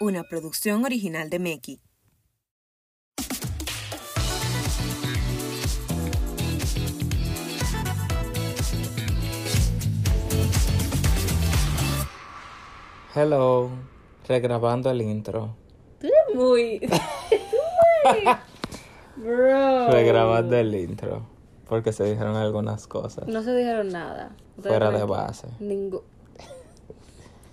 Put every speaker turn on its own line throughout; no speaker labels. una producción original de Meki.
Hello, regrabando el intro.
Tú eres muy. tú eres- Bro.
Regrabando el intro. Porque se dijeron algunas cosas
No se dijeron nada. Ustedes
fuera
no-
de base.
Ningú-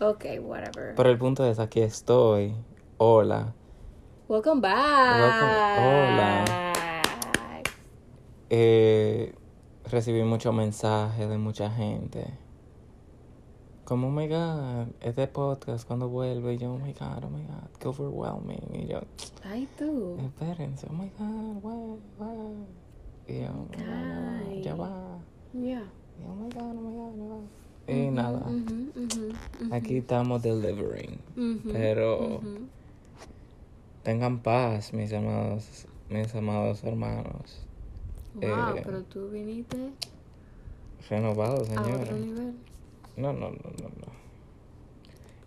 Ok, whatever.
Pero el punto es, aquí estoy. Hola.
Welcome back.
Hola. Eh, recibí muchos mensajes de mucha gente. Como, oh my God, este podcast cuando vuelve. Y yo, oh my God, oh my God, qué overwhelming. Y yo,
Ay, tú.
espérense, oh my God, wow, wow. Y yo, "No, no, no, ya
Ay.
va.
Yeah.
Y, oh my God, oh my God, oh my God. Y nada.
Ujú, ujú, ujú,
Aquí estamos delivering.
ujú,
Pero
ujú.
tengan paz, mis amados, mis amados hermanos.
Wow,
eh,
pero tú viniste
Renovados,
a
señores.
otro nivel.
No, no, no, no, no.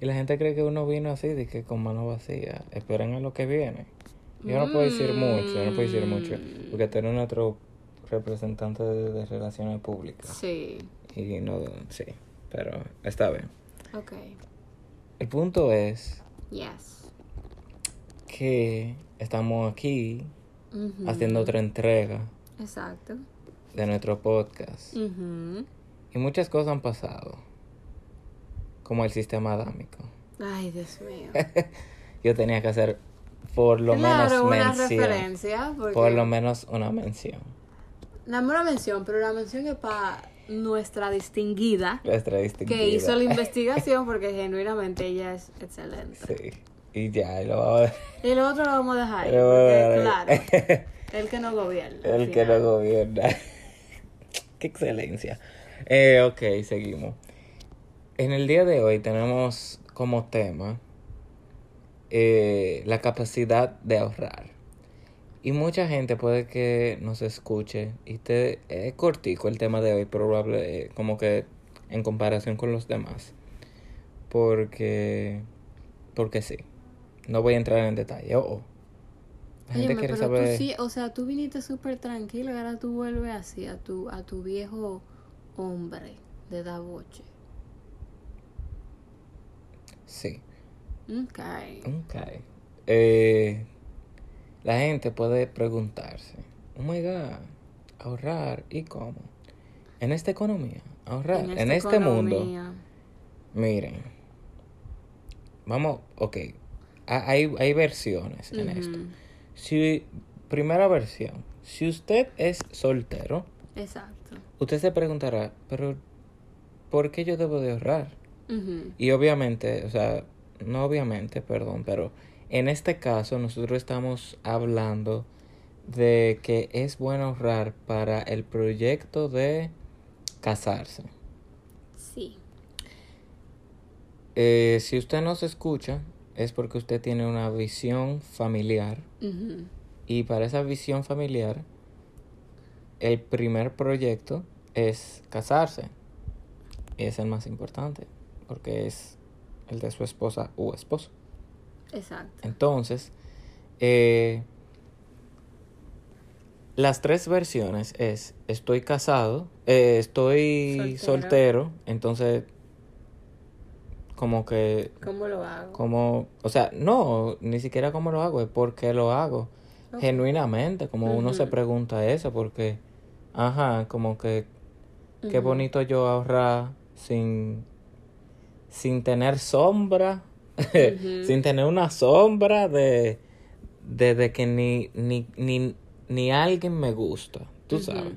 Y la gente cree que uno vino así, de que con mano vacía. Esperen a lo que viene. Yo no puedo decir mucho, yo no puedo decir mucho.
Mm.
Porque tú eres nuestro representante de, de relaciones públicas.
Sí.
Y no, sí, pero está bien.
Ok.
El punto es
Yes.
que estamos aquí
Ujú.
haciendo otra entrega
Mm-hmm. Exacto.
de nuestro podcast.
Ujú.
Mm-hmm. Y muchas cosas han pasado, como el sistema adámico.
Ay, Dios mío.
Yo tenía que hacer por lo
claro, una
menos mención.
referencia. Porque
Por lo menos una mención.
La mera mención, pero la mención es para nuestra distinguida
Nuestra
que hizo la
distinguida.
investigación porque genuinamente ella es excelente.
Sí. Y ya, y lo vamos
Y lo otro lo vamos a dejar
a
ahí.
lo
Porque,
vamos a-
claro, el que no gobierna. al
El que lo
final.
gobierna. Qué excelencia. Eh, ok, seguimos. En el día de hoy tenemos como tema eh, la capacidad de ahorrar. Y mucha gente puede que nos escuche y te es cortico el tema de hoy, probable eh, como que en comparación con los demás. Porque porque sí. No voy a entrar en detalle. Oh, oh. La gente
Óyeme,
quiere
pero
saber
tú sí, o sea, tú viniste súper tranquilo y ahora tú vuelves así a tu, a tu viejo hombre de Davoche.
Sí.
Ok.
Ok. Eh, la gente puede preguntarse, oh my God, ahorrar y cómo. En esta economía, ahorrar, en,
esta
este mundo.
economía.
Miren, vamos, ok, ha- hay, hay versiones en esto.
Ujú.
Si, primera versión, si usted es soltero,
Exacto.
usted se preguntará, pero ¿por qué yo debo de ahorrar?
Ujú.
Y obviamente, o sea, no obviamente, perdón, pero en este caso nosotros estamos hablando de que es bueno ahorrar para el proyecto de casarse.
Sí.
Eh, si usted nos escucha, es porque usted tiene una visión familiar
Ujú.
y para esa visión familiar, el primer proyecto es casarse. Y es el más importante, porque es el de su esposa u esposo.
Exacto.
Entonces, eh, las tres versiones es estoy casado, eh, estoy soltero.
Soltero.
entonces como que
¿Cómo lo hago?
como, o sea, no, ni siquiera cómo lo hago, es por qué lo hago.
Ok.
Genuinamente, como uno se
Ujú.
pregunta eso, porque, ajá, como que qué
Ujú.
bonito yo ahorrar sin, sin tener sombra,
Ujú.
sin tener una sombra de, de, de que ni, ni, ni, ni alguien me gusta, tú
Ujú.
sabes.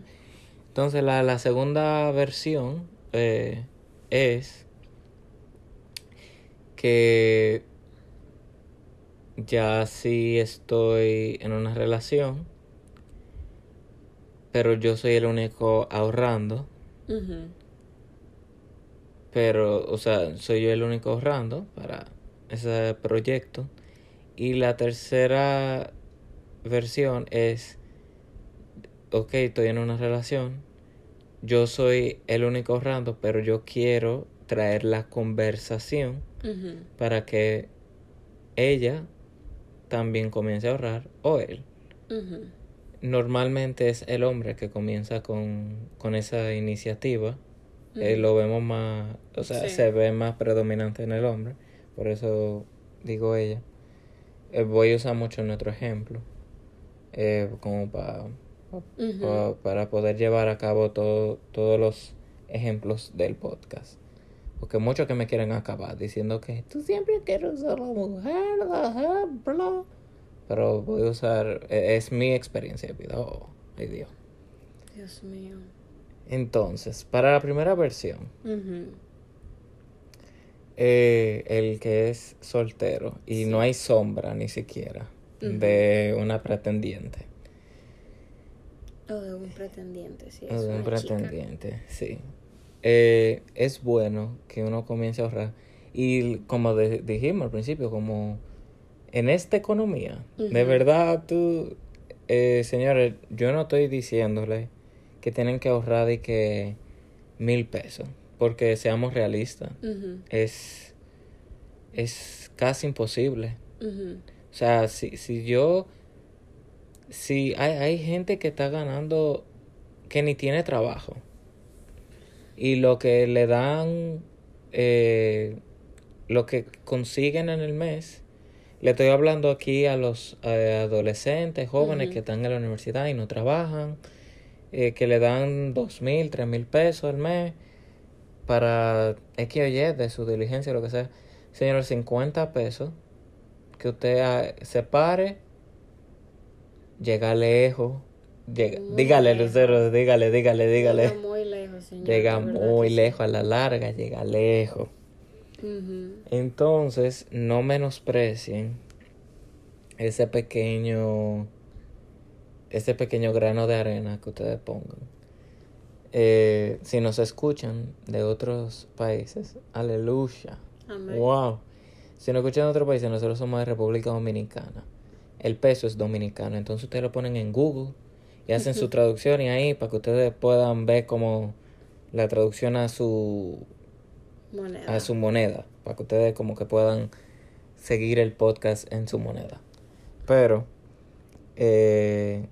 Entonces la, la segunda versión eh, es que ya sí estoy en una relación, pero yo soy el único ahorrando,
Ujú.
pero, o sea, soy yo el único ahorrando para ese proyecto. Y la tercera versión es, ok, estoy en una relación, yo soy el único ahorrando, pero yo quiero traer la conversación
Ujú.
para que ella también comience a ahorrar o él.
Ujú.
Normalmente es el hombre que comienza con, con esa iniciativa. Eh, lo vemos más, o sea,
Sí.
se ve más predominante en el hombre. Por eso digo ella. Eh, voy a usar mucho nuestro ejemplo. eh, como pa-
Ujú.
pa- para poder llevar a cabo todo- todos los ejemplos del podcast. Porque muchos que me quieren acabar diciendo que tú siempre quieres usar la mujer, ajá, bla. Pero voy a usar, eh, es mi experiencia de vida. Oh, ay Dios.
Dios mío.
Entonces, para la primera versión,
Ujú.
Eh, el que es soltero y no hay sombra ni siquiera de una pretendiente
O de un pretendiente, sí.
o
es
de un
una chica.
pretendiente, sí. Eh, es bueno que uno comience a ahorrar y como de- dijimos al principio, como en esta economía, de verdad tú, eh, señores, yo no estoy diciéndole que tienen que ahorrar de que mil pesos, porque seamos realistas.
Ujú,
es, es casi imposible.
ujú.
O sea, si, si yo, si hay, hay gente que está ganando que ni tiene trabajo y lo que le dan, eh, lo que consiguen en el mes, le estoy hablando aquí a los eh, adolescentes, jóvenes que están en la universidad y no trabajan, eh, que le dan dos mil, tres mil pesos al mes para X o Y de su diligencia, lo que sea. Señor, 50 pesos que usted ah, se pare, llega lejos, llega-
Muy
dígale,
lejos.
Lucero, dígale, dígale, dígale.
Llega muy lejos, señor.
Llega
de verdad
muy
que sí.
lejos a la larga, llega lejos.
Ujú,
Entonces, no menosprecien ese pequeño, ese pequeño grano de arena que ustedes pongan. Eh, si nos escuchan de otros países, aleluya.
Amén.
Wow. Si nos escuchan de otros países, nosotros somos de República Dominicana. El peso es dominicano. Entonces ustedes lo ponen en Google y hacen su traducción y ahí para que ustedes puedan ver como la traducción a su
Moneda.
a su moneda, para que ustedes como que puedan seguir el podcast en su moneda. Pero, eh,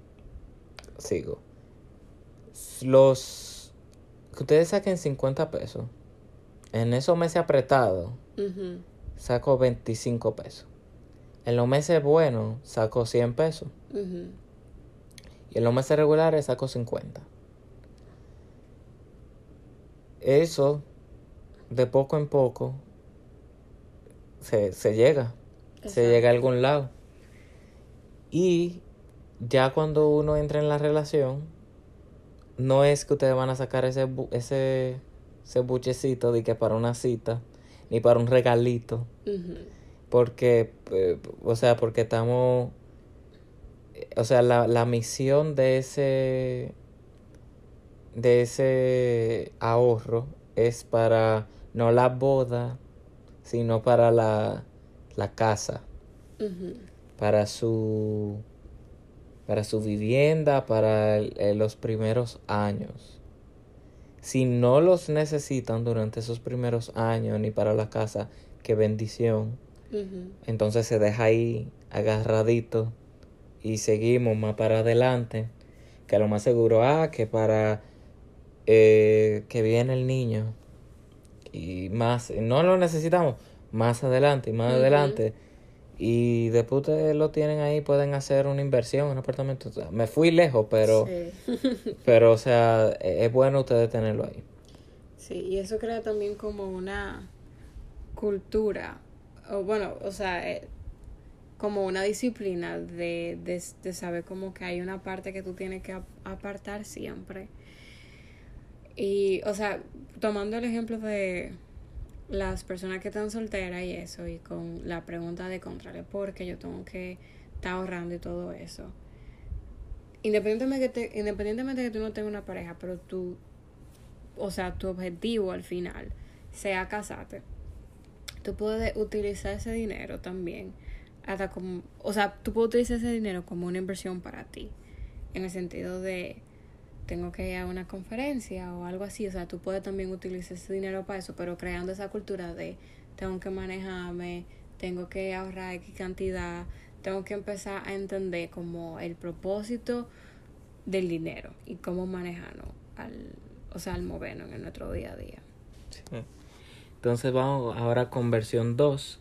sigo. Los... Que ustedes saquen 50 pesos. En esos meses apretados,
Ujú,
saco 25 pesos. En los meses buenos, saco 100 pesos.
ujú.
Y en los meses regulares saco 50. Eso, de poco en poco, se, se llega. Se
Exacto.
llega a algún lado. Y ya cuando uno entra en la relación, no es que ustedes van a sacar ese, bu- ese, ese buchecito de que para una cita, ni para un regalito
Ujú.
porque eh, o sea porque estamos eh, o sea la, la misión de ese de ese ahorro es para no la boda sino para la la casa
Ujú.
para su para su vivienda para el- eh, los primeros años si no los necesitan durante esos primeros años ni para la casa qué bendición
Ujú.
entonces se deja ahí agarradito y seguimos más para adelante. Que lo más seguro, ah, que para eh, que viene el niño. Y más, no lo necesitamos. Más adelante, y más adelante. Y después ustedes lo tienen ahí, pueden hacer una inversión, un apartamento. O sea, Me fui lejos, pero,
Sí.
pero o sea, e- es bueno ustedes tenerlo ahí.
Sí, y eso crea también como una cultura, o bueno, o sea, eh, como una disciplina de, de, de saber como que hay una parte que tú tienes que ap- apartar siempre. Y, o sea, tomando el ejemplo de las personas que están solteras y eso, y con la pregunta de contrale, porque yo tengo que estar ahorrando y todo eso. Independientemente que, te- independientemente que tú no tengas una pareja, pero tú o sea, tu objetivo al final sea casarte, tú puedes utilizar ese dinero también, hasta como, o sea, tú puedes utilizar ese dinero como una inversión para ti, en el sentido de tengo que ir a una conferencia o algo así, o sea, tú puedes también utilizar ese dinero para eso, pero creando esa cultura de tengo que manejarme, tengo que ahorrar X cantidad, tengo que empezar a entender como el propósito del dinero y cómo manejarlo al, o sea, al movernos en nuestro día a día.
Sí. Entonces vamos ahora con versión 2.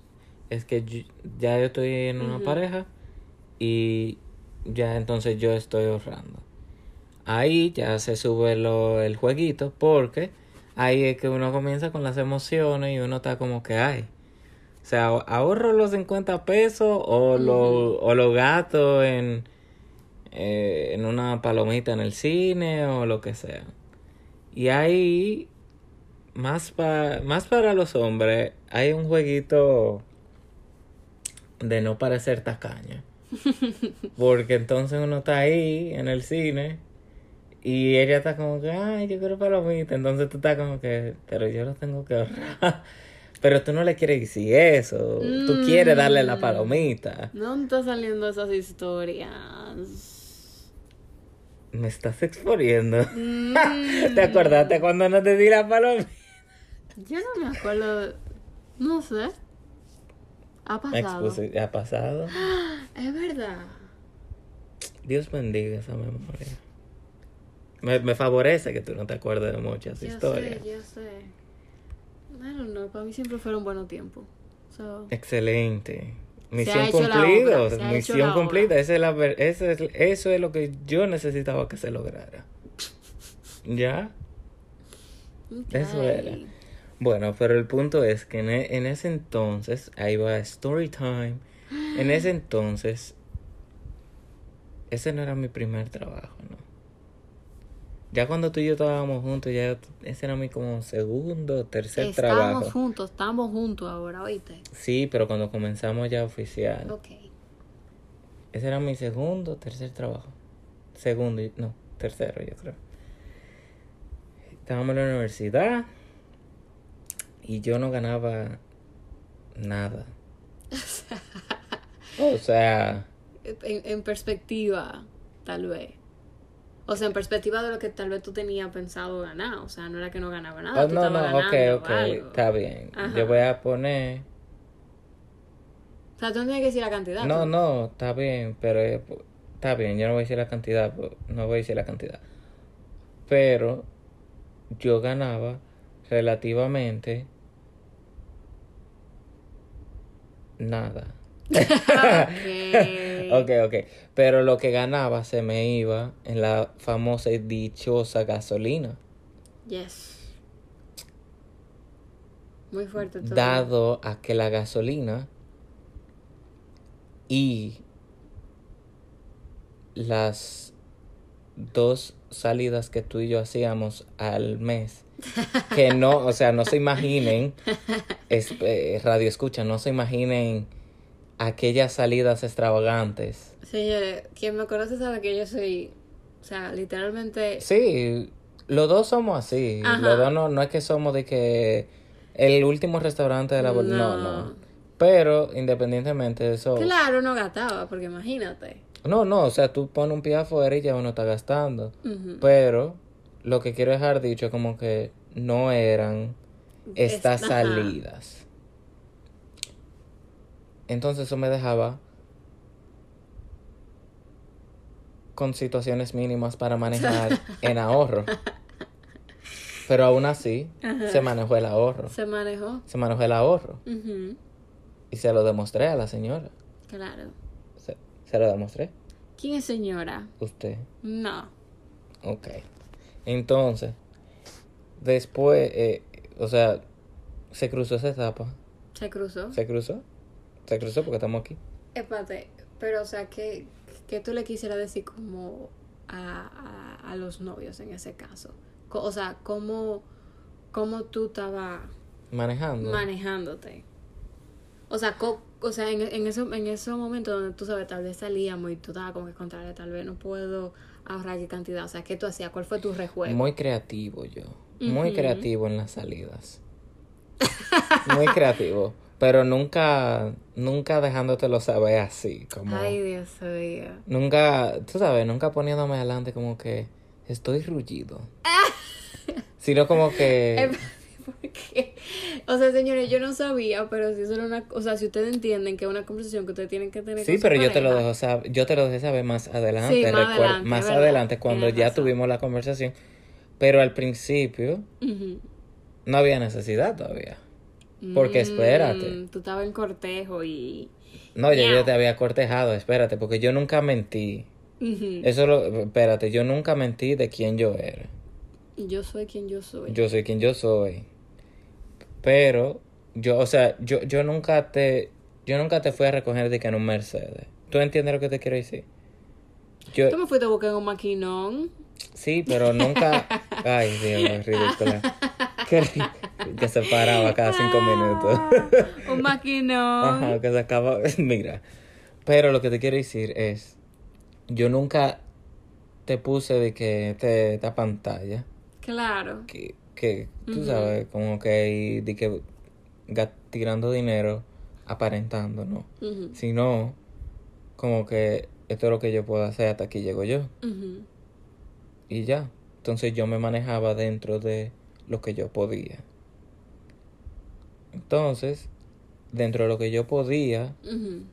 Es que yo- ya yo estoy en una
Ujú.
pareja y ya entonces yo estoy ahorrando. Ahí ya se sube lo, el jueguito porque ahí es que uno comienza con las emociones y uno está como que hay. O sea, o- ahorro los 50 pesos o lo, o lo gasto en, eh, en una palomita en el cine o lo que sea. Y ahí más, pa- más para los hombres, hay un jueguito de no parecer tacaño. Porque entonces uno está ahí en el cine y ella está como que, ay, yo quiero palomita. Entonces tú estás como que, pero yo lo tengo que ahorrar. Pero tú no le quieres decir eso. Tú quieres darle la
Mm.
palomita.
No están saliendo esas historias.
Me estás exponiendo.
Mm,
¿Te acordaste cuando no te di la palomita?
yo no me acuerdo. No sé. Ha
Eh.
pasado.
Expuse- ¿Ha pasado?
Es verdad.
Dios bendiga esa memoria. Me, me favorece que tú no te acuerdes de muchas
Yo
historias.
sé, yo sé. I don't know, para mí siempre fueron buenos tiempos. So,
Excelente.
ha
Misión
hecho la
cumplida.
obra, se ha hecho
Misión
la obra.
cumplida. Esa es la ver- esa es- eso es lo que yo necesitaba que se lograra. ¿Ya? Eso
okay.
era. Bueno, pero el punto es que en, e- en ese entonces, ahí va Story Time. En ese entonces, ese no era mi primer trabajo, ¿no? Ya cuando tú y yo estábamos juntos, ya t- ese era mi como segundo, tercer
Estamos
trabajo.
juntos, estamos juntos ahora, ¿oíste?
Sí, pero cuando comenzamos ya oficial.
Ok.
Ese era mi segundo, tercer trabajo. Segundo, y- no, tercero, yo creo. Estábamos en la universidad y yo no ganaba nada. o sea,
En, en perspectiva, tal vez. O sea, en perspectiva de lo que tal vez tú tenías pensado ganar. O sea, no era que no ganaba nada.
oh,
Ah, tú
no, no,
estabas
ok,
ganando
ok,
algo.
está bien.
Ajá.
Yo voy a poner.
O sea, tú no tienes que decir la cantidad.
No,
tú-
no, está bien, pero eh, pu- está bien, yo no voy a decir la cantidad, pu- no voy a decir la cantidad. Pero yo ganaba relativamente nada.
Ok.
Ok, ok. Pero lo que ganaba se me iba en la famosa y dichosa gasolina.
Yes. Muy fuerte todo.
Dado a que la gasolina y las dos salidas que tú y yo hacíamos al mes, que no, o sea, no se imaginen, es, eh, radio escucha, no se imaginen aquellas salidas extravagantes.
Señores, quien me conoce sabe que yo soy, o sea, literalmente...
Sí, los dos somos así.
Ajá.
Los dos no, no es que somos de que el último restaurante de la bol- No,
No.
no. Pero independientemente de eso.
Claro, no gastaba, porque imagínate.
No, no, o sea, tú pones un pie afuera y ya uno está gastando.
Ujú.
Pero lo que quiero dejar dicho es como que no eran
Es-
estas
ajá.
salidas. Entonces eso me dejaba con situaciones mínimas para manejar en ahorro. Pero aún así, se manejó el ahorro.
Se manejó.
Se manejó el ahorro.
Ujú,
Y se lo demostré a la señora.
Claro.
Se, se lo demostré.
¿Quién es señora?
Usted.
No.
Ok. Entonces, después, eh, o sea, se cruzó esa etapa.
Se cruzó.
Se cruzó. Se cruzó porque estamos aquí.
Espérate, pero o sea, ¿qué, qué tú le quisieras decir como a, a, a los novios en ese caso? Co- O sea, ¿cómo, cómo tú estabas
Manejando.
manejándote? O sea, co- o sea en, en, eso, en esos momentos donde tú sabes, tal vez salíamos y tú estabas como que contraria, tal vez no puedo ahorrar qué cantidad. O sea, ¿qué tú hacías? ¿Cuál fue tu rejuego?
Muy creativo yo. Muy creativo en las salidas. Muy creativo. Pero nunca, nunca dejándotelo saber así. Como,
Ay, Dios mío.
Nunca, tú sabes, nunca poniéndome adelante como que estoy rullido. sino como que.
Porque, o sea, señores, yo no sabía, pero si eso era una, o sea, si ustedes entienden que es una conversación que ustedes tienen que tener
Sí,
con su
pero yo te lo
pareja,
dejo saber, yo te lo dejé saber más adelante,
Sí, más
recuer-
adelante,
más
es verdad,
adelante, cuando
tienes
ya
razón.
tuvimos la conversación, pero al principio
Ujú.
no había necesidad todavía. Porque espérate.
Mm, tú estabas en cortejo y
No, yo, yo
Miau.
te había cortejado, espérate, porque yo nunca mentí.
Ujú.
Eso lo, espérate, yo nunca mentí de quién yo era.
yo soy quien yo soy.
Yo soy quien yo soy. Pero yo, o sea, yo, yo nunca te yo nunca te fui a recoger de que en un Mercedes. ¿Tú entiendes lo que te quiero decir? Yo
Tú me fuiste a buscar en un maquinón.
sí, pero nunca Ay, Dios, mío, ridícula. Qué ri- Ya se paraba cada cinco minutos.
Ah, un maquinón.
Ajá, que se acaba. Mira. Pero lo que te quiero decir es, yo nunca te puse de que te, esta pantalla.
Claro.
que, que tú sabes, como que ahí de que ga- tirando dinero, aparentando, ¿no?
Ujú,
Sino como que esto es lo que yo puedo hacer, hasta aquí llego yo
ujú.
y ya. Entonces yo me manejaba dentro de lo que yo podía. Entonces, dentro de lo que yo podía,
Ujú.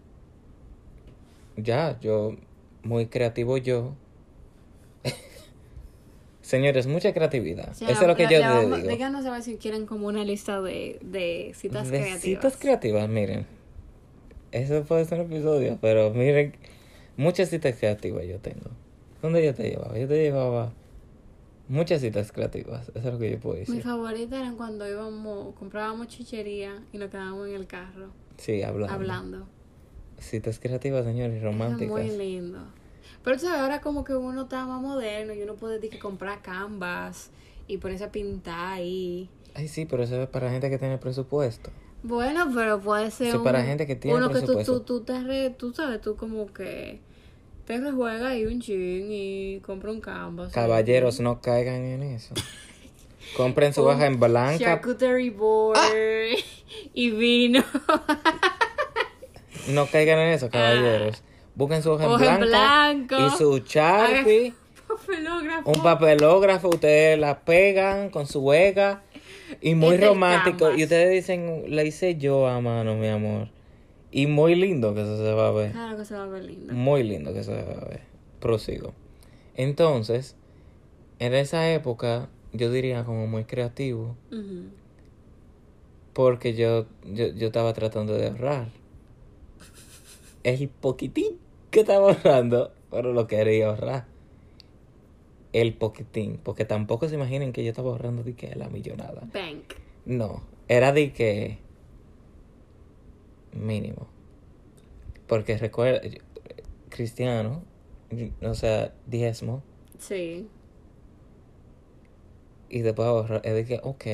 ya, yo, muy creativo yo. Señores, mucha creatividad.
O sea,
Eso es lo que
la-
yo
la
te
vamos-
digo.
Díganos a ver si quieren como una lista de, de citas
De
creativas.
citas creativas, miren. Eso puede ser un episodio, pero miren, muchas citas creativas yo tengo. ¿Dónde yo te llevaba? Yo te llevaba muchas citas creativas, eso es lo que yo puedo
Mi
decir.
favorita eran cuando íbamos, comprábamos chichería y nos quedábamos en el carro
Sí, hablando.
hablando.
Citas creativas, señores,
Era
románticas.
muy lindo. Pero tú sabes, ahora como que uno está más moderno y uno puede decir que comprar canvas y ponerse a pintar ahí.
Ay, sí, pero eso es para gente que tiene presupuesto.
Bueno, pero puede ser
Eso
un-
para gente que tiene
uno que tú,
presupuesto.
tú, tú te re- tú sabes, tú como que te rejuegas ahí un chin y compra un canvas.
Caballeros, no caigan en eso. Compren su
Un
hoja en blanca. Ah.
Charcuterie board y vino.
No caigan en eso, caballeros. Busquen su hoja en
Ah. Hoja
blanca
en blanco.
y su Sharpie.
Hagan Papelógrafo.
Un papelógrafo, ustedes la pegan con su vega y muy
Este Es del
romántico.
canvas.
Y ustedes dicen, la hice yo a mano, mi amor. Y muy lindo que eso se va a ver.
Claro que se Ah, va a ver lindo.
Muy lindo que eso se va a ver. Prosigo. Entonces, en esa época, yo diría como muy creativo,
Ujú.
porque yo, yo, yo estaba tratando de ahorrar. El poquitín que estaba ahorrando, pero lo quería ahorrar. El poquitín, porque tampoco se imaginen que yo estaba ahorrando de que la millonada.
Bank.
No, era de que mínimo. Porque recuerda, yo- cristiano, o sea, diezmo,
Sí.
y después ahorro, es de que, ok.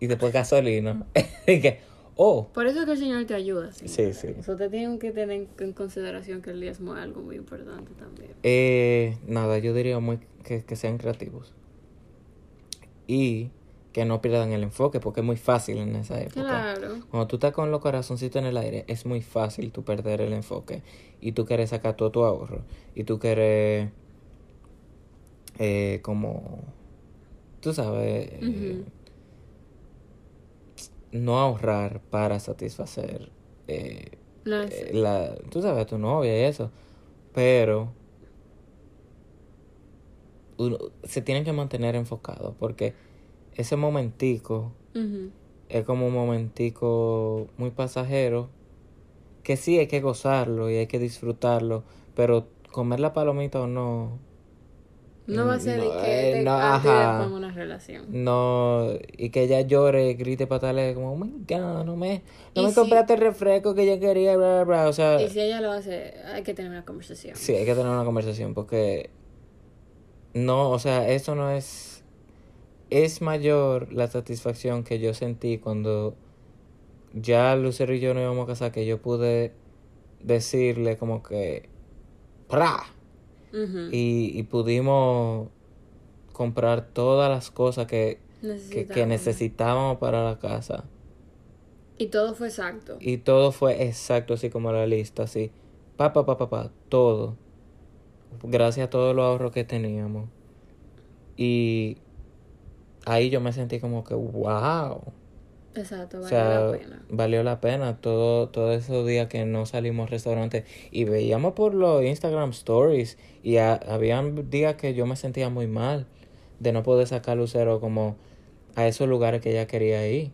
Y después gasolina, de que, oh.
Por eso es que el Señor te ayuda. Sí,
Sí, sí.
Eso te tienen que tener en- en consideración que el diezmo es algo muy importante también.
Eh, nada, yo diría muy que, que sean creativos. Y que no pierdan el enfoque, porque es muy fácil en esa época.
Claro.
Cuando tú estás con los corazoncitos en el aire, es muy fácil tú perder el enfoque. Y tú quieres sacar todo tu ahorro. Y tú quieres. eh, como. Tú sabes. eh, No ahorrar para satisfacer. eh,
No es-
eh, la, tú sabes, a tu novia y eso. Pero uno- se tienen que mantener enfocado porque ese momentico
Ujú.
es como un momentico muy pasajero que sí hay que gozarlo y hay que disfrutarlo, pero comer la palomita o no,
No va a ser de
No,
que
eh,
te
no,
antes y
ajá.
después en una relación.
no, y que ella llore, grite, patale, como, oh my God, no me, no
Y
me
si-
compraste el refresco que yo quería, bla, bla, bla", o sea...
Y si ella lo hace, hay que tener una conversación.
Sí, hay que tener una conversación porque no, o sea, eso no es es mayor la satisfacción que yo sentí cuando ya Lucero y yo nos íbamos a casar que yo pude decirle como que ¡Pra!
Ujú.
Y, y pudimos comprar todas las cosas que, que, que
Necesitamos.
necesitábamos para la casa.
Y todo fue exacto.
Y todo fue exacto así como la lista, así. Pa, pa, pa, pa, pa, todo. Gracias a todos los ahorros que teníamos. Y ahí yo me sentí como que, wow.
Exacto,
O
vale
sea,
la pena.
valió la pena todo, todos esos días que no salimos al restaurante y veíamos por los Instagram stories y ha- habían días que yo me sentía muy mal de no poder sacar Lucero como a esos lugares que ella quería ir.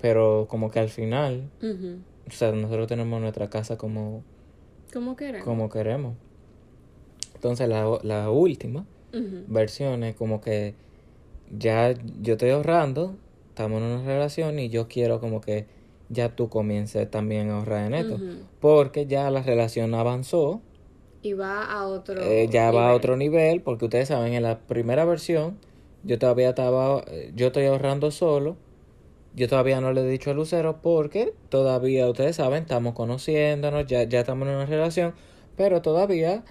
Pero como que al final,
Ujú.
o sea, nosotros tenemos nuestra casa como,
Como queremos.
como queremos. Entonces la, la última
Ujú.
versiones como que ya yo estoy ahorrando, estamos en una relación y yo quiero como que ya tú comiences también a ahorrar en esto.
Ujú.
Porque ya la relación avanzó,
Y va a otro.
eh, ya va a
nivel.
otro nivel, porque ustedes saben, en la primera versión yo todavía estaba, eh, yo estoy ahorrando solo, yo todavía no le he dicho a Lucero porque todavía ustedes saben, estamos conociéndonos, ya, ya estamos en una relación, pero todavía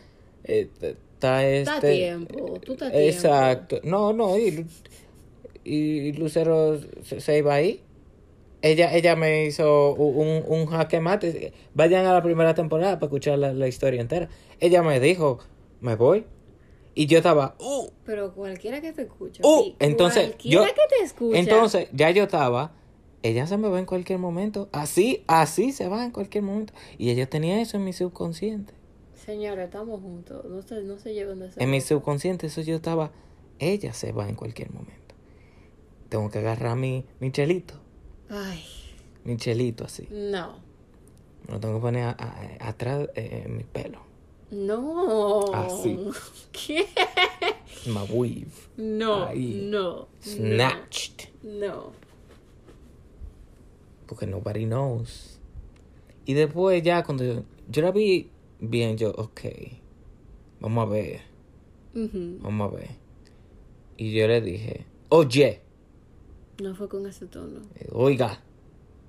eh, t- está este...
Está tiempo, tú estás tiempo.
Exacto. No, no, y, Lu- y Lucero se, se iba ahí. Ella, ella me hizo u- un, un jaque mate. Vayan a la primera temporada para escuchar la, la historia entera. Ella me dijo, me voy. Y yo estaba, uh,
Pero cualquiera que te escucha.
uh.
sí,
Entonces, yo.
cualquiera que te escucha.
Entonces, ya yo estaba. Ella se me va en cualquier momento. Así, así se va en cualquier momento. Y ella tenía eso en mi subconsciente.
Señores, estamos juntos. No se, no se llevan de
En mi
cerca.
subconsciente, eso yo estaba. Ella se va en cualquier momento. Tengo que agarrar mi, mi chelito.
Ay,
Mi chelito así.
no.
Me lo tengo que poner a- a- atrás eh, en mi pelo.
No.
Así.
¿Qué?
My weave.
No.
Ahí.
No.
Snatched.
No.
Porque nobody knows. Y después ya cuando yo, yo la vi bien, yo, ok. Vamos a ver.
No. Ujú.
Vamos a ver. Y yo le dije, oye,
No fue con ese tono.
oiga,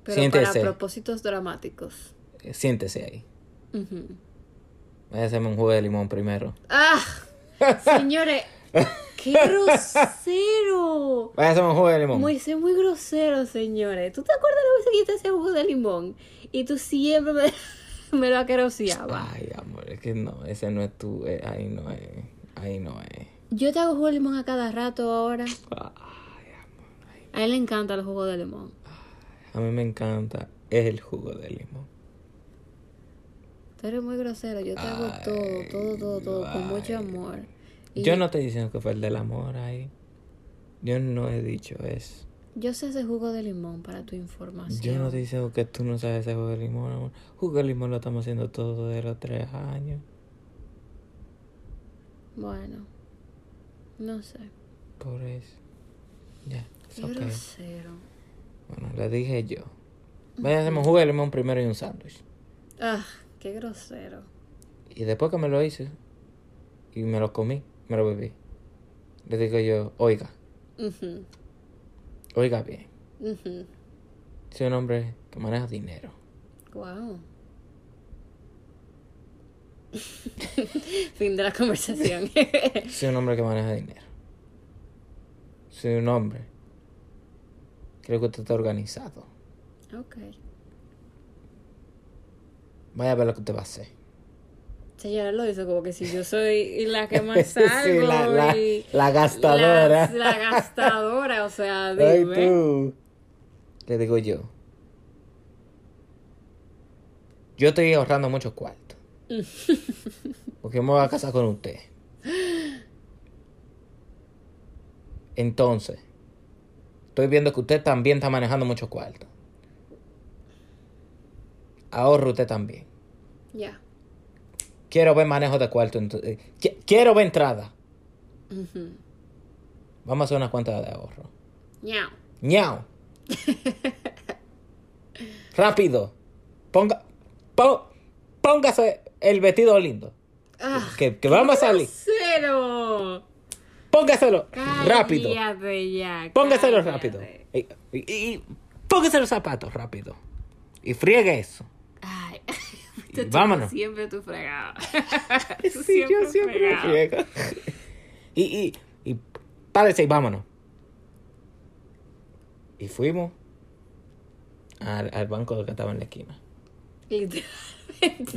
Pero
Siéntese.
para propósitos dramáticos.
siéntese ahí.
Ujú.
Voy a hacerme un jugo de limón primero.
¡Ah! Señores, qué grosero.
Voy a hacerme un jugo de limón.
Moisés muy grosero, señores. ¿Tú te acuerdas la vez que yo te hacía jugo de limón? Y tú siempre me, me lo acariciabas.
Ay, amor, es que no, ese no es tu, eh, ahí no es, ahí no es.
Yo te hago jugo de limón a cada rato ahora.
Ay,
A él le encanta el jugo de limón.
a mí me encanta el jugo de limón.
Tú eres muy grosero. Yo te hago todo, todo, todo, todo, con mucho amor. Y
Yo no estoy diciendo que fue el del amor ahí. Yo no he dicho eso.
Yo sé ese jugo de limón para tu información.
Yo no estoy diciendo que tú no sabes ese jugo de limón, amor. Jugo de limón lo estamos haciendo todos desde los tres años.
Bueno, no sé.
Por eso. Ya,
Qué
es ok.
grosero.
Bueno, le dije yo. Vaya, hacemos un jugo de limón primero y un sándwich.
Ah, qué grosero.
Y después que me lo hice, y me lo comí, me lo bebí. Le digo yo, oiga,
Ujú,
oiga bien.
ujú.
Soy un hombre que maneja dinero.
Wow. fin de la conversación.
Soy un hombre que maneja dinero. Soy un hombre. Creo que usted está organizado.
ok.
Vaya a ver lo que usted va a hacer.
Señora lo hizo como que si yo soy la que más salgo
Sí, la, la-
y
la gastadora.
La, la gastadora, o sea,
Ay,
dime.
tú. Le digo yo. Yo estoy ahorrando muchos cuartos. Porque me voy a casar con usted. Entonces, estoy viendo que usted también está manejando muchos cuartos. Ahorra usted también.
Ya.
Quiero ver manejo de cuarto. ento- eh, qui- Quiero ver entrada.
Ujú.
Vamos a hacer unas cuentas de ahorro.
Ñau.
¡Ñao! Rápido. Ponga, po- póngase el vestido lindo.
Ah,
Que, que vamos a salir.
¡Cero!
Póngaselo rápido.
Cállate ya.
Póngaselo
cállate.
rápido. Y, y- y póngase los zapatos rápido. Y friegue eso.
Ay.
Y
Tú
vámonos.
Siempre tú fregada. Tú
Sí, yo siempre
fregada.
friego. Y, y, y párese y vámonos. Y fuimos al, al banco que estaba en la esquina.
Literalmente.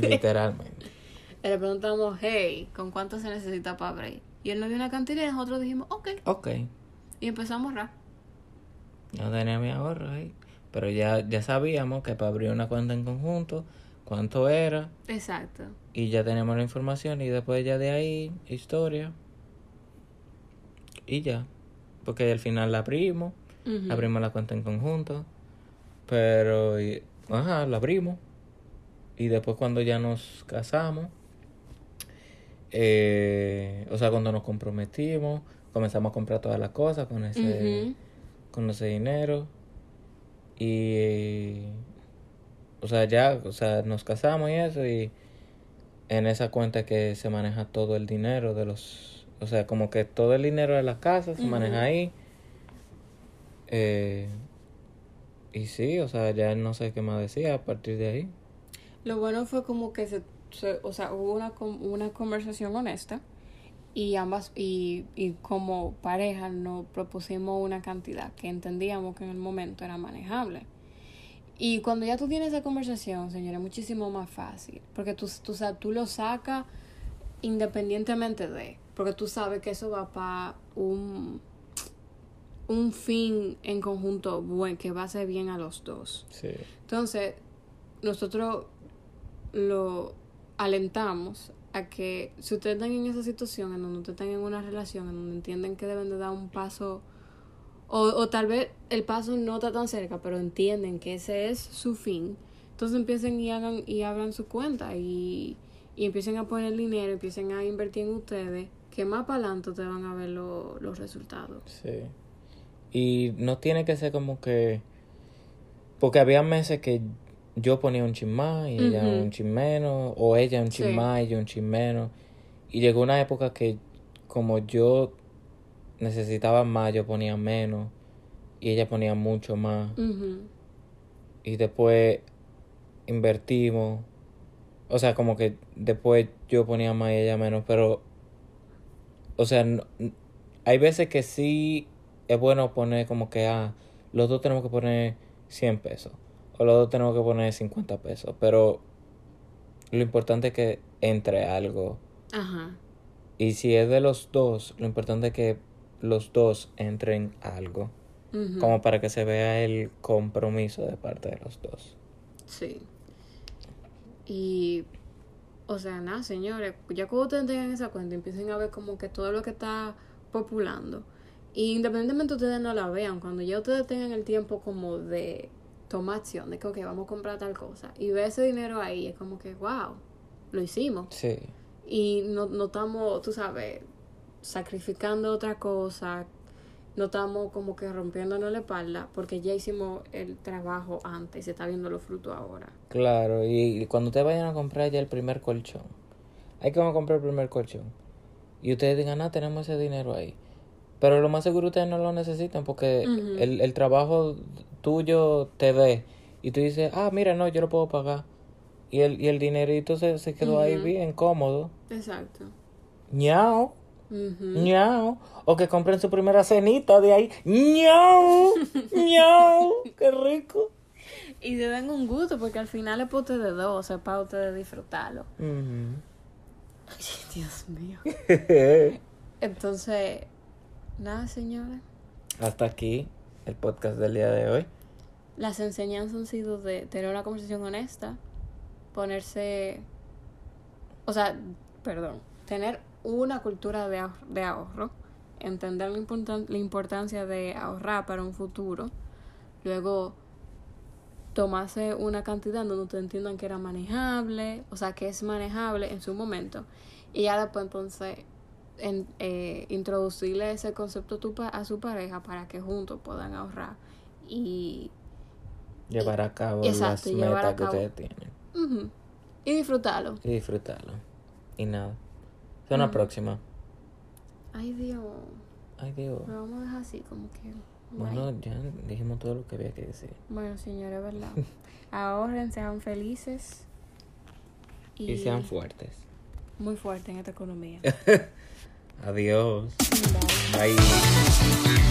Literalmente.
Le preguntamos, hey, ¿con cuánto se necesita para abrir? Y él nos dio una cantidad y nosotros dijimos, ok.
Ok.
Y empezó a ahorrar.
No tenía mi ahorro ahí. Pero ya, ya sabíamos que para abrir una cuenta en conjunto, cuánto era,
Exacto.
y ya tenemos la información, y después ya de ahí, historia. Y ya. Porque al final la abrimos,
Ujú.
abrimos la cuenta en conjunto, pero, y- ajá, la abrimos. Y después cuando ya nos casamos, eh, o sea, cuando nos comprometimos, comenzamos a comprar todas las cosas con ese
Ujú.
con ese dinero y eh, o sea ya o sea nos casamos y eso y en esa cuenta que se maneja todo el dinero de los o sea como que todo el dinero de la casa se maneja ahí Eh, y sí o sea ya no sé qué más decía a partir de ahí
Lo bueno fue como que se, se- o sea, hubo una, com- una conversación honesta y ambas y, y como pareja nos propusimos una cantidad que entendíamos que en el momento era manejable. Y cuando ya tú tienes esa conversación, señora, es muchísimo más fácil, porque tú, tú, sa- tú lo sacas independientemente de, porque tú sabes que eso va para un, un fin en conjunto buen, que va a ser bien a los dos.
sí
Entonces, nosotros lo alentamos a que si ustedes están en esa situación, en donde ustedes están en una relación, en donde entienden que deben de dar un paso, o, o tal vez el paso no está tan cerca, pero entienden que ese es su fin, entonces empiecen y hagan y abran su cuenta y, y empiecen a poner dinero, empiecen a invertir en ustedes, que más para adelante te van a ver lo- los resultados.
Sí. Y no tiene que ser como que. Porque había meses que yo ponía un chin más y ella
Ujú.
un chin menos, o ella un chin
Sí.
más y yo un chin menos. Y llegó una época que, como yo necesitaba más, yo ponía menos y ella ponía mucho más.
Ujú.
Y después invertimos. O sea, como que después yo ponía más y ella menos, pero. O sea, no- n- hay veces que sí es bueno poner como que, ah, los dos tenemos que poner 100 pesos. O los dos tenemos que poner 50 pesos. Pero lo importante es que entre algo.
Ajá.
Y si es de los dos, lo importante es que los dos entren algo.
Ujú.
Como para que se vea el compromiso de parte de los dos.
Sí. Y, o sea, nada, señores, ya cuando ustedes tengan esa cuenta, empiecen a ver como que todo lo que está populando. Y independientemente ustedes no la vean, cuando ya ustedes tengan el tiempo como de tomar acción, de que, ok, vamos a comprar tal cosa, y ve ese dinero ahí, es como que, wow, lo hicimos.
Sí.
Y no, no estamos, tú sabes, sacrificando otra cosa, no estamos como que rompiéndonos la espalda, porque ya hicimos el trabajo antes y se está viendo los frutos ahora.
Claro, y cuando ustedes vayan a comprar ya el primer colchón, hay que vamos a comprar el primer colchón. Y ustedes digan, ah, tenemos ese dinero ahí. Pero lo más seguro ustedes no lo necesitan porque
Ujú.
el, el trabajo tuyo te ve. Y tú dices, ah, mira, no, yo lo puedo pagar. Y el, y el dinerito se, se quedó ahí
Ujú.
bien cómodo.
Exacto.
ñao,
Ujú.
ñao. O que compren su primera cenita de ahí. ñao, ñao. Qué rico.
Y se den un gusto, porque al final es para ustedes de dos, o sea, para ustedes disfrutarlo.
Ujú.
Ay, Dios mío. Entonces, nada, señores.
Hasta aquí el podcast del día de hoy.
Las enseñanzas han sido de tener una conversación honesta, ponerse, o sea, perdón, tener una cultura de, ahor- de ahorro, entender la, importan- la importancia de ahorrar para un futuro, luego tomarse una cantidad donde ustedes entiendan que era manejable, o sea, que es manejable en su momento, y ya después entonces en- eh, introducirle ese concepto a tu pa- a su pareja para que juntos puedan ahorrar y
Llevar a cabo
Exacto,
las
llevar
metas
a
que
cabo.
ustedes tienen.
Ujú. Y disfrutarlo.
Y disfrutarlo. Y nada. Hasta
Mm.
una próxima.
Ay, Dios.
Ay, Dios.
Lo vamos a dejar así, como que. Bueno,
Bueno, ya dijimos todo lo que había que decir.
bueno señores, ¿verdad? Ahorren, sean felices.
Y, sean fuertes.
muy fuertes en esta economía.
Adiós.
Bye.
Bye.